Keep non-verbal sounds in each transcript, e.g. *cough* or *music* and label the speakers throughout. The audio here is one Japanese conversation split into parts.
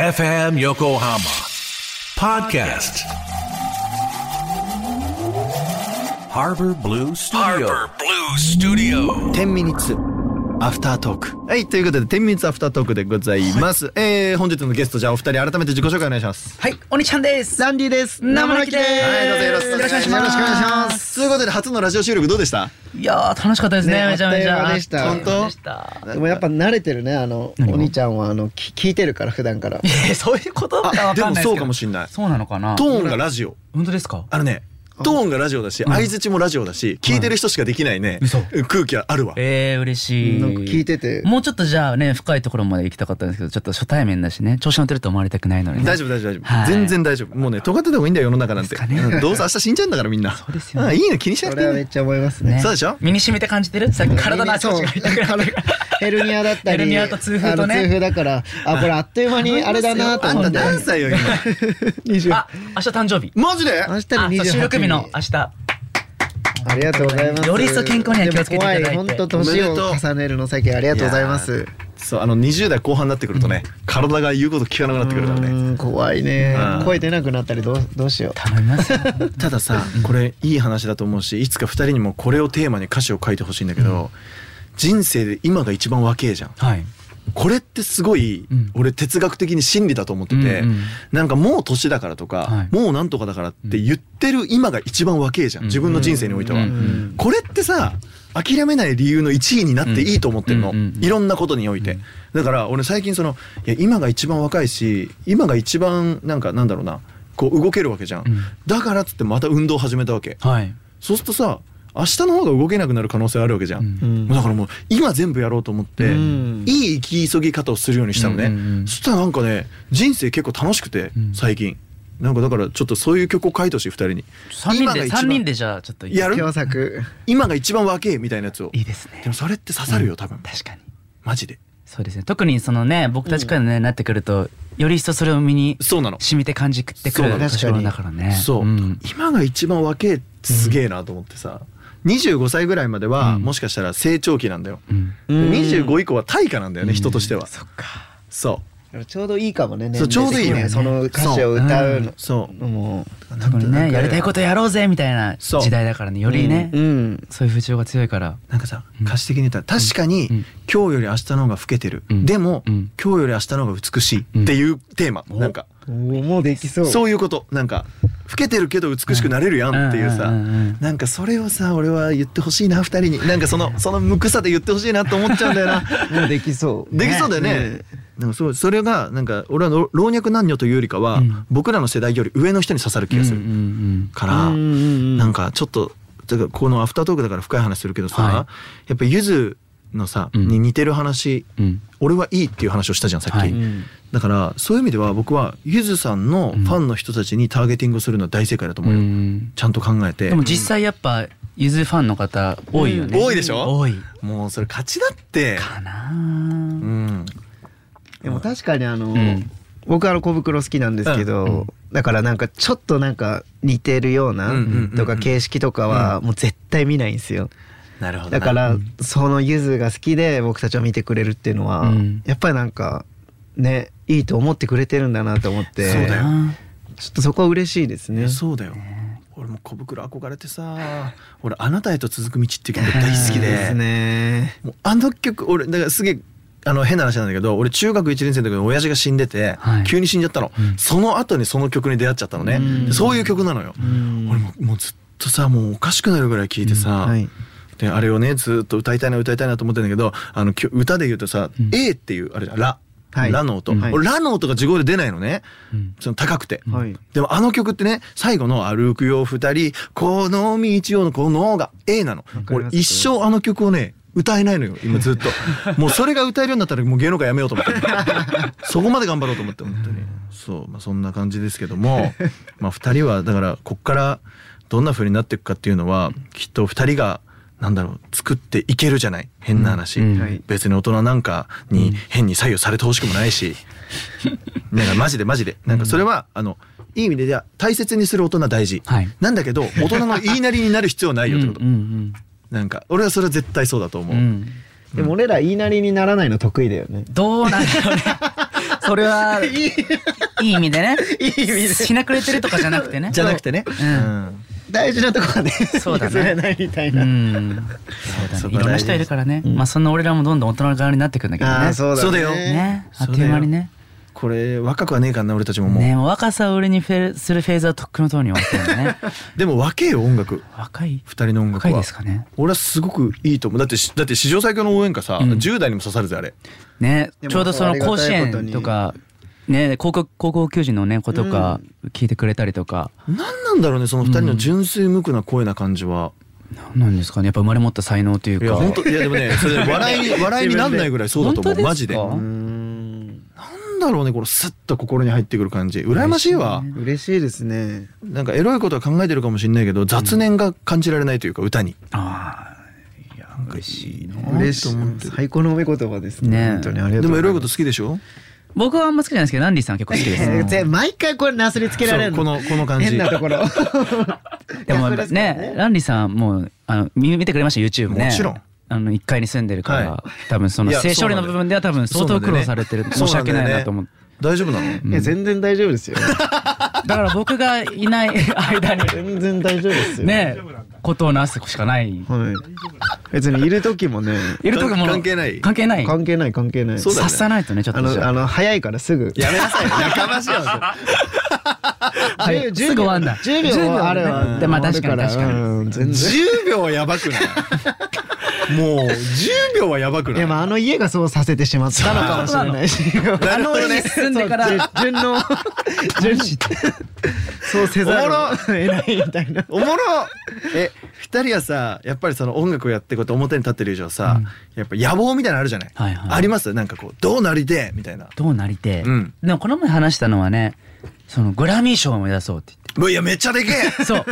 Speaker 1: FM Yokohama Podcast Harbor Blue Studio
Speaker 2: Harbor Blue Studio.
Speaker 3: 10ミニッツアフタートークはいということで10ミニッツアフタートークでございます、えー、本日のゲストじゃあお二人改めて自己紹介お願いします
Speaker 4: はい、おにちゃんです。
Speaker 3: ランディです
Speaker 4: 生抜きです
Speaker 3: はいどうぞよろしくお願いします
Speaker 4: よろしくお願いします
Speaker 3: ということで初のラジオ収録どうでした
Speaker 4: いやー、楽しかったですね。
Speaker 5: ね
Speaker 4: めちゃめちゃ。
Speaker 5: あっという間でした
Speaker 4: あっという間でした
Speaker 5: でもやっぱ慣れてるねあのお兄ちゃんはあのき聞いてるから普段から
Speaker 4: いやそういうことかわかんない
Speaker 3: でも
Speaker 4: すけど
Speaker 3: そうかもしんない
Speaker 4: そうなのかな
Speaker 3: トーンがラジオ
Speaker 4: 本当ですか
Speaker 3: あのねトーンがラジオだし相づちもラジオだし聞いてる人しかできないね
Speaker 4: 嘘
Speaker 3: 空気はあるわ
Speaker 4: えー、嬉しい。
Speaker 5: なんか聞いてて
Speaker 4: もうちょっとじゃあね、深いところまで行きたかったんですけど、ちょっと初対面だしね、調子乗ってると思われたくないので、ね。
Speaker 3: 大
Speaker 4: 丈
Speaker 3: 丈夫大丈夫大丈
Speaker 4: は
Speaker 3: 夫
Speaker 4: い
Speaker 3: 全然大丈夫もうね尖ってた方がいいんだよ世の中なんて
Speaker 4: ですかね
Speaker 3: うんどうせ明日死んじゃうんだからみんなそう
Speaker 4: ですよね
Speaker 3: いいの気にしな
Speaker 5: そ
Speaker 3: く
Speaker 5: れ
Speaker 3: て
Speaker 5: はいめ
Speaker 3: い
Speaker 5: っちゃ思います
Speaker 4: *laughs*
Speaker 5: ね
Speaker 3: そうでしょ
Speaker 4: 身に染みて感じてるさっき体のあちこちが痛くなってる。
Speaker 5: ヘルニアだったり
Speaker 4: ヘルニアと痛風とね
Speaker 5: あの痛風だからあこれあっという間
Speaker 4: *laughs*
Speaker 5: にあれだなと
Speaker 3: あん
Speaker 5: 思
Speaker 3: た
Speaker 5: って
Speaker 3: 何歳よ今
Speaker 5: 20
Speaker 4: あ、明日誕生日。
Speaker 3: マジで
Speaker 5: 明日で
Speaker 4: あ、
Speaker 5: 28
Speaker 4: そう
Speaker 5: 日
Speaker 4: 収録日の明日。
Speaker 5: ありがとうございます
Speaker 4: より一層健康には気をつけていただいて
Speaker 5: でも怖本当年を重ねるの先ありがとうございま
Speaker 3: いや
Speaker 5: す
Speaker 3: そうあの20代後半になってくるとね、体が言うこと聞かなくなってくるか
Speaker 5: う
Speaker 3: らね
Speaker 5: ーん怖いね
Speaker 3: うん
Speaker 5: 声出なくなったりどうどうしよう
Speaker 4: 頼みますよ。
Speaker 3: たださこれいい話だと思うしいつか2人にもこれをテーマに歌詞を書いてほしいんだけど、人生で今が一番若えじゃん
Speaker 4: はい。
Speaker 3: これってすごい、
Speaker 4: うん
Speaker 3: 俺哲学的に真理だと思ってて、
Speaker 4: うんうん
Speaker 3: なんかもう年だからとか、
Speaker 4: はい
Speaker 3: もうなんとかだからって言ってる今が一番若えじゃん、
Speaker 4: うん
Speaker 3: 自分の人生においては、
Speaker 4: うんうん
Speaker 3: これってさ諦めない理由の1位になっていいと思ってるの、
Speaker 4: うんうんうん
Speaker 3: いろんなことにおいて、だから俺最近そのいや今が一番若いし今が一番なんかなんだろうなこう動けるわけじゃん、
Speaker 4: うん
Speaker 3: だからっつってまた運動始めたわけ、
Speaker 4: はい。
Speaker 3: そうするとさ明日の方が動けなくなる可能性あるわけじゃん、
Speaker 4: うん
Speaker 5: うん
Speaker 3: もうだからもう今全部やろうと思って、
Speaker 5: うん
Speaker 3: いい行き急ぎ方をするようにしたのね、
Speaker 4: うんうんうん
Speaker 3: そしたらなんかね人生結構楽しくて、
Speaker 4: うん
Speaker 3: 最近なんかだからちょっとそういう曲を書いてほしい2人に
Speaker 4: 3人
Speaker 3: 今が
Speaker 4: で、
Speaker 3: 一番
Speaker 4: 三人でじゃあちょっと
Speaker 3: やる
Speaker 5: 今日作
Speaker 3: 今が一番若えみたいなやつを
Speaker 4: いいですね
Speaker 3: で。もそれって刺さるよ多分、
Speaker 4: 確かに。
Speaker 3: マジで
Speaker 4: そうですね。特にそのね、僕たちからね、なってくると、より一層それを身に
Speaker 3: そうなの
Speaker 4: 染みて感じてく
Speaker 3: そうな
Speaker 4: る
Speaker 3: の
Speaker 4: 年頃だからね。
Speaker 3: そう、
Speaker 4: ん
Speaker 3: 今が一番若えってすげえなと思ってさ25歳ぐらいまでは
Speaker 4: うん
Speaker 3: もしかしたら成長期なんだよ、
Speaker 4: うん
Speaker 5: うん
Speaker 3: 25以降は対価なんだよね、人としては
Speaker 4: そっか。
Speaker 3: そう
Speaker 5: でもちょうどいいかもね
Speaker 3: そうちょうどいいよね
Speaker 5: 年齢的にはその歌詞を歌うの
Speaker 3: そ
Speaker 5: のも
Speaker 3: う
Speaker 4: 特にね、やりたいことやろうぜみたいな
Speaker 3: そう
Speaker 4: 時代だからね、よりね
Speaker 5: う、ん
Speaker 4: そういう風潮が強いから。
Speaker 3: なんかさ歌詞的に言ったら確かに
Speaker 4: うん
Speaker 3: 今日より明日の方が老けてる、
Speaker 4: うん
Speaker 3: でも、
Speaker 4: うん
Speaker 3: 今日より明日の方が美しいっていうテーマ、
Speaker 4: うん
Speaker 3: なんか
Speaker 5: おーもうできそう
Speaker 3: そういうことなんか老けてるけど美しくなれるやんっていうさ、
Speaker 4: うんうんうんうん
Speaker 3: なんかそれをさ俺は言ってほしいな二人になんかそのその無垢さで言ってほしいなと思っちゃうんだよな
Speaker 5: もうできそう
Speaker 3: *laughs* できそうだよねなんかそうそれがなんか俺はの老若男女というよりかは、
Speaker 4: うん
Speaker 3: 僕らの世代より上の人に刺さる気がする、
Speaker 4: うんうんうん
Speaker 3: から、
Speaker 5: うんうんうん
Speaker 3: なんかちょっとだからこのアフタートークだから深い話するけどさ、
Speaker 4: はい
Speaker 3: やっぱゆずのさ、
Speaker 4: うん
Speaker 3: に似てる話、
Speaker 4: うん
Speaker 3: 俺はいいっていう話をしたじゃんさっき、
Speaker 4: はい
Speaker 5: うん
Speaker 3: だからそういう意味では僕はゆずさんのファンの人たちにターゲティングをするのは大正解だと思うよ、
Speaker 4: うん
Speaker 3: ちゃんと考えて
Speaker 4: でも実際やっぱ、ゆずファンの方多いよね。
Speaker 3: うん多いでしょ
Speaker 4: 多い。
Speaker 3: もうそれ勝ちだって
Speaker 4: かな
Speaker 3: う
Speaker 4: ぁ
Speaker 3: ん
Speaker 5: でも確かにあの、
Speaker 4: ん
Speaker 5: 僕あの小袋好きなんですけど、
Speaker 3: うんう
Speaker 5: だからなんかちょっとなんか似てるような
Speaker 3: うんうんうんうん
Speaker 5: とか形式とかはもう絶対見ないんですよ
Speaker 3: なるほどな
Speaker 5: だからそのゆずが好きで僕たちを見てくれるっていうのは、
Speaker 4: うん
Speaker 5: やっぱりなんかねいいと思ってくれてるんだなと思って
Speaker 3: そうだよ
Speaker 5: ちょっとそこは嬉しいですね
Speaker 3: そうだよ俺も小袋憧れてさ俺「あなたへと続く道」っていう曲が大好き
Speaker 5: いい
Speaker 3: *laughs* で
Speaker 5: ですね
Speaker 3: もうあの曲俺だからすげえあの変な話なんだけど俺中学1年生の時に親父が死んでて、
Speaker 4: はい
Speaker 3: 急に死んじゃったの、
Speaker 4: うん
Speaker 3: その後にその曲に出会っちゃったのね、
Speaker 5: うん
Speaker 3: そういう曲なのよ、
Speaker 5: ん
Speaker 3: 俺ももうずっとさもうおかしくなるぐらい聴いてさ、
Speaker 5: はい
Speaker 3: であれをねずっと歌いたいな歌いたいなと思ってんだけどあのきょ歌で言うとさ「
Speaker 4: うん
Speaker 3: A」っていうあれじゃん「ラ」
Speaker 5: はい
Speaker 3: ラの音、
Speaker 5: はい
Speaker 3: 俺ラの音が地声で出ないのね、
Speaker 4: うん
Speaker 3: その高くて、
Speaker 5: はい
Speaker 3: でもあの曲ってね最後の「歩くよ二人この道を」のこの「が A」なの
Speaker 5: かり
Speaker 3: 俺
Speaker 5: ます
Speaker 3: 一生あの曲をね歌えないのよ今ずっ
Speaker 4: *laughs*
Speaker 3: ともうそれが歌えるようになったらもう芸能界やめようと思ってそこまで頑張ろうと思って本当にそう、まあ、そんな感じですけど
Speaker 4: *laughs*
Speaker 3: もまあ2人はだからこっからどんな風になっていくかっていうのはきっと2人がなんだろう作っていけるじゃない変な話、
Speaker 4: うん
Speaker 5: はい
Speaker 3: 別に大人なんかに変に左右されてほしくもない
Speaker 4: *laughs*
Speaker 3: し、なんかマジでマジでなんかそれは、あのいい意味でじゃ大切にする大人大事、
Speaker 4: はい
Speaker 3: なんだけど大人の言いなりになる必要ないよってこと、
Speaker 4: うんうん
Speaker 3: なんか俺はそれは絶対そうだと思
Speaker 4: う
Speaker 3: う、
Speaker 4: ん。
Speaker 5: でも俺ら言いなりにならないの得意だよね。
Speaker 4: どうなんだろうね。それは、いい意味でね。
Speaker 5: いい意味で
Speaker 4: しなくれてるとかじゃなくて
Speaker 3: *laughs*
Speaker 4: ね。
Speaker 3: じゃなくてね、
Speaker 4: うん
Speaker 3: うん
Speaker 5: 大事なとこはね、
Speaker 4: そうだね
Speaker 5: 譲れないみたいうな。
Speaker 4: ん。そ
Speaker 3: そうこ
Speaker 4: だね。いろんな人いるからね。まあそんな俺らもどんどん大人側になってくんだけど
Speaker 5: あ
Speaker 4: ね。
Speaker 5: あ、そうだね。
Speaker 3: そうだよ
Speaker 4: ね。あっ
Speaker 3: そうだよ
Speaker 4: という間にね。
Speaker 3: これ若くはねえかんな俺たちももう、
Speaker 4: ねもう若さを売りにフェするフェーズはとっくのとおりに終わってるんだ
Speaker 3: *laughs*
Speaker 4: ね。
Speaker 3: でも若えよ音楽
Speaker 4: 若い
Speaker 3: 二人の音楽
Speaker 4: 若
Speaker 3: はい
Speaker 4: ですかね。
Speaker 3: 俺はすごくいいと思うだってしだって史上最強の応援歌さ、
Speaker 4: うん
Speaker 3: 10代にも刺さるぜあれ
Speaker 4: ね
Speaker 5: でも
Speaker 4: ちょうどその甲子園とかね高校高校球児のね子とか聞いてくれたりとか、
Speaker 3: 何なんだろうねその二人の純粋無垢な声な感じは、
Speaker 4: なんなんですかねやっぱ生まれ持った才能という
Speaker 3: いや
Speaker 4: か
Speaker 3: 本当いやでもねそれで笑いに笑いになんないぐらいそうだと思
Speaker 4: 本当
Speaker 3: う
Speaker 4: ですか
Speaker 3: マジで
Speaker 4: う
Speaker 3: なん
Speaker 5: うん
Speaker 3: だろうねこのスッと心に入ってくる感じ羨ましいわ
Speaker 5: 嬉しいですね。
Speaker 3: なんかエロいことは考えてるかもしれないけど雑念が感じられないというか歌に
Speaker 4: ああいや嬉しいな
Speaker 5: 嬉しい。最高のおめ言葉です
Speaker 4: ね
Speaker 5: ね。本当にありがと
Speaker 3: で
Speaker 5: う
Speaker 3: も
Speaker 5: ご
Speaker 3: エ
Speaker 5: ざい
Speaker 3: ロい
Speaker 5: ま
Speaker 3: こと好きでしょ
Speaker 4: 僕はあんま好きじゃないですけどランディさんは結構好きです
Speaker 3: *laughs*
Speaker 4: す
Speaker 5: ぜ毎回これなすりつけられる
Speaker 3: そうこのこの感じ
Speaker 5: 変なところ。いやそれ
Speaker 4: *laughs* でも
Speaker 5: ですから
Speaker 4: ねランディさんもうあの見見てくれました YouTube ね
Speaker 3: もちろん
Speaker 4: あの1階に住んでるから、
Speaker 3: は
Speaker 4: 多分その
Speaker 3: いや
Speaker 4: 性処理
Speaker 3: そうなんだ
Speaker 4: の部
Speaker 3: よ
Speaker 4: 分では多分相当苦労されてる、申し訳ないなと思って
Speaker 3: て大丈夫なの
Speaker 5: いや全然大丈夫ですよ。
Speaker 4: だから僕がいない間に
Speaker 5: 全然大丈夫ですよ。。
Speaker 4: ねことをなすしかない
Speaker 5: はい。別にいる時もね、
Speaker 4: いる時も
Speaker 3: 関係ない
Speaker 4: 関係ない
Speaker 5: 関係ない関係ない。
Speaker 3: そうだよね
Speaker 4: 察さないとねちょっ
Speaker 5: あ
Speaker 4: とじ
Speaker 5: の
Speaker 4: ゃ
Speaker 5: あの早いからすぐ。
Speaker 3: やめなさいやかましい
Speaker 4: あはい
Speaker 5: 10
Speaker 4: すぐ終わんだ
Speaker 5: 10秒はあれは。
Speaker 4: でまあ確かに確かに
Speaker 5: に。全然。
Speaker 3: 10秒はやばくないもう10秒はやばくない
Speaker 5: いやまああの家がそうさせてしまったのかもしれないし。
Speaker 4: あの家に住んでから
Speaker 5: そう順順 *laughs* の順そうせざるを得ないみたいな。
Speaker 3: おもろえ二人はさやっぱりその音楽をやってこうやって表に立ってる以上さ、やっぱ野望みたいなのあるじゃない、
Speaker 4: はいはい
Speaker 3: ありますなんかこうどうなりてえみたいな
Speaker 4: どうなりてえ、
Speaker 3: うん
Speaker 4: でもこの前話したのはねそのグラミー賞を目指そうって
Speaker 3: *laughs* うわいやめっちゃでけえ
Speaker 4: 言ってそう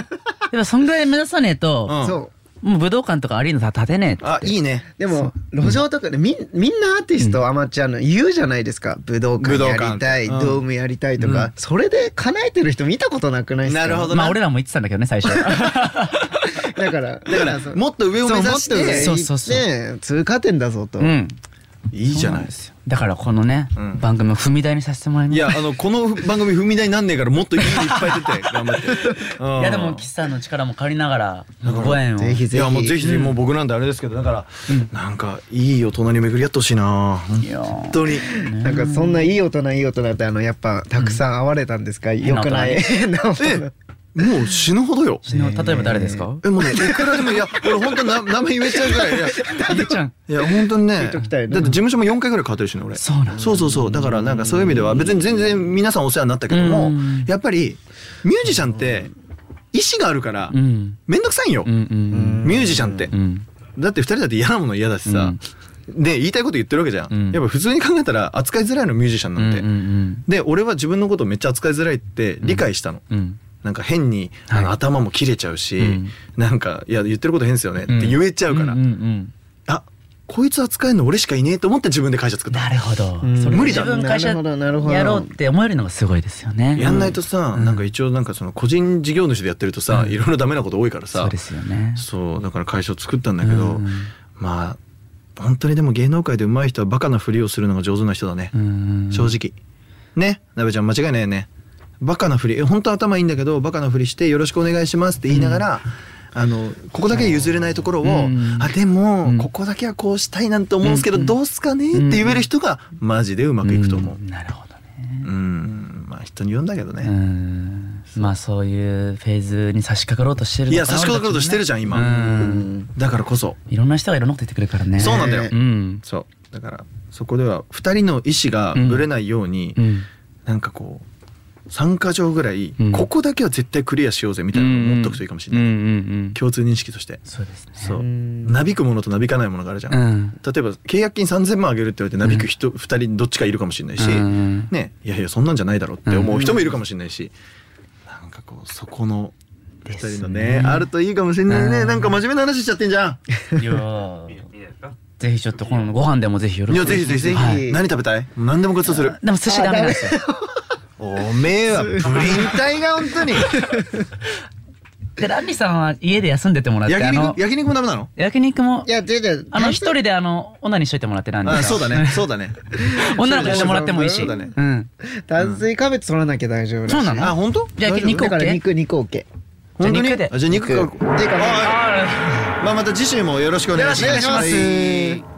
Speaker 4: でもそんぐらい目指さねえ
Speaker 3: う
Speaker 4: と、
Speaker 3: ん
Speaker 5: そう。
Speaker 4: もう武道館とかアリーナ立てねえって
Speaker 3: あいいね
Speaker 5: でも路上とかでみんみんなアーティストアマチュアの言うじゃないですか武道館
Speaker 3: 武道
Speaker 5: や
Speaker 3: 館
Speaker 5: りたい
Speaker 3: うん
Speaker 5: ドームやりたいとかそれで叶えてる人見たことなくないですか
Speaker 3: なるほど
Speaker 4: まあ
Speaker 3: な
Speaker 4: 俺らも言ってたんだけどね最初 *laughs*
Speaker 5: だから
Speaker 3: だから
Speaker 5: そう
Speaker 3: もっと上を目指し
Speaker 5: そ
Speaker 3: て
Speaker 5: うもっと上
Speaker 4: そうそうそう
Speaker 5: ね通過点だぞと
Speaker 4: うん
Speaker 3: いいじゃ
Speaker 4: そう
Speaker 3: なんい
Speaker 4: ですよだからこのね、
Speaker 3: うん
Speaker 4: 番組を踏み台にさせてもらいま
Speaker 3: い
Speaker 4: す
Speaker 3: やあのこの番組踏み台になんねえからもっといいのいっぱい出て頑張って、
Speaker 4: *laughs*
Speaker 3: うん
Speaker 4: いやでも岸さんの力も借りながらご縁を
Speaker 5: ぜひぜひ
Speaker 3: いやもうぜひぜひもう僕なんてあれですけどだから、なんかいい大人に巡り合ってほしいな本
Speaker 4: いやー
Speaker 3: 当に
Speaker 5: なんかそんないい大人いい大人ってあのやっぱたくさん会われたんですか、よくない変 *laughs* な大人
Speaker 3: もう死ぬほどよ
Speaker 4: 昨日例えば誰ですか
Speaker 3: えもうねいくらでもいや俺本当にな名前言えちゃうぐらいいや
Speaker 4: ゆうちゃん
Speaker 3: いや本当にね
Speaker 5: ときたいな
Speaker 3: だって事務所も4回ぐらい変わってるしね俺
Speaker 4: そうなんだ
Speaker 3: そうそうそうだからなんかそういう意味では別に全然皆さんお世話になったけども
Speaker 4: うん
Speaker 3: やっぱりミュージシャンって意思があるから
Speaker 4: うん
Speaker 3: めんどくさいんよ
Speaker 4: うんうん
Speaker 3: ミュージシャンって
Speaker 4: うんうん
Speaker 3: だって2人だって嫌なもの嫌だしさで言いたいこと言ってるわけじゃ
Speaker 4: うん
Speaker 3: んやっぱ普通に考えたら扱いづらいのミュージシャン
Speaker 4: うん
Speaker 3: なん
Speaker 4: う
Speaker 3: て
Speaker 4: ん
Speaker 3: で俺は自分のことめっちゃ扱いづらいって理解したの
Speaker 4: うんうん
Speaker 3: なんか変にあの頭も切れちゃうし
Speaker 4: うん
Speaker 3: なんかいや言ってること変ですよねって言えちゃうから
Speaker 4: んんん
Speaker 3: あこいつ扱えるの俺しかいねえと思って自分で会社作った
Speaker 4: なるほど
Speaker 5: ん
Speaker 4: それ
Speaker 3: 無理だ
Speaker 4: 自分の会社
Speaker 5: なるほどなるほど
Speaker 4: やろうって思えるのがすごいですよね
Speaker 3: やんないとさ、なんか一応なんかその個人事業主でやってるとさ、いろいろダメなこと多いからさ
Speaker 4: そうですよね
Speaker 3: そうだから会社を作ったんだけど、
Speaker 4: うん
Speaker 3: まあ本当にでも芸能界で上手い人はバカなふりをするのが上手な人だね、
Speaker 4: うん
Speaker 3: 正直ねなべちゃん間違いないよねバカなふりえ本当頭いいんだけどバカなふりして「よろしくお願いします」って言いながら、あのここだけ譲れないところを、
Speaker 4: うん
Speaker 3: あでも、
Speaker 4: うん
Speaker 3: ここだけはこうしたいなんて思うんですけど、どうすかねって言える人がマジでうまくいくと思う、
Speaker 4: んなるほどね
Speaker 3: うんまあ人に言うんだけど
Speaker 4: う
Speaker 3: ね、
Speaker 4: んまあそういうフェーズに差し掛かろうとしてるの
Speaker 3: い
Speaker 4: かな
Speaker 3: や差し掛かろうとしてるじゃん今
Speaker 4: うん
Speaker 3: だからこそ
Speaker 4: いろんな人がいろんなこと言ってくるからね
Speaker 3: そうなんだよ、
Speaker 4: うん
Speaker 3: そうだからそこでは2人の意思がぶれないように、
Speaker 4: うん
Speaker 3: なんかこう3か条ぐらい、
Speaker 4: うん
Speaker 3: ここだけは絶対クリアしようぜみたいなのを持っとくといいかもしれない、
Speaker 4: うんうんうん
Speaker 3: 共通認識として
Speaker 4: そうですね
Speaker 3: そう
Speaker 5: うん
Speaker 3: なびくものとなびかないものがあるじゃん、
Speaker 4: う
Speaker 3: 例
Speaker 4: ん
Speaker 3: えば契約金3,000万あげるって言われてなびく人、2人どっちかいるかもしれないし、
Speaker 4: うん
Speaker 3: ねいやいやそんなんじゃないだろうって思う人もいるかもしれないし、なんかこうそこの2人のねあるといいかもしれないね、
Speaker 4: うん
Speaker 3: なんか真面目な話しちゃってんじゃん
Speaker 4: いやーぜひちょっとこのご飯でもぜひよろ
Speaker 3: い
Speaker 4: しく
Speaker 3: や
Speaker 4: お願
Speaker 3: ぜ
Speaker 4: い
Speaker 3: ひ
Speaker 4: しま
Speaker 3: ぜひ
Speaker 4: す
Speaker 3: ぜひ、
Speaker 4: はい
Speaker 3: 何食べたい何でもごちそうする
Speaker 4: でも寿司ダメなんですよ *laughs*
Speaker 3: おめえはプリン体が本当に
Speaker 4: でランリさんは家で休んでてもらって
Speaker 3: 焼
Speaker 4: あの
Speaker 3: 肉焼肉もダメなの
Speaker 4: 焼肉も
Speaker 5: いや、じゃじゃ
Speaker 4: あの一人であの女にしといてもらってランリさん
Speaker 3: あそうだねそうだね
Speaker 4: 女の子にしてもらってもいいし
Speaker 3: そうだね
Speaker 4: ん
Speaker 5: 炭水化物取らなきゃ大丈夫らしい
Speaker 4: そうなの
Speaker 3: あ本当
Speaker 4: じゃあ
Speaker 3: 大丈夫
Speaker 4: 肉
Speaker 5: だから肉、肉 OK。
Speaker 4: じゃあ
Speaker 3: 本当に
Speaker 4: 肉で
Speaker 3: あじゃあ肉か
Speaker 5: 肉てか
Speaker 3: あ
Speaker 4: あ
Speaker 3: まあまた次週もよろしくお願いします
Speaker 5: よろしくお願いします
Speaker 3: はい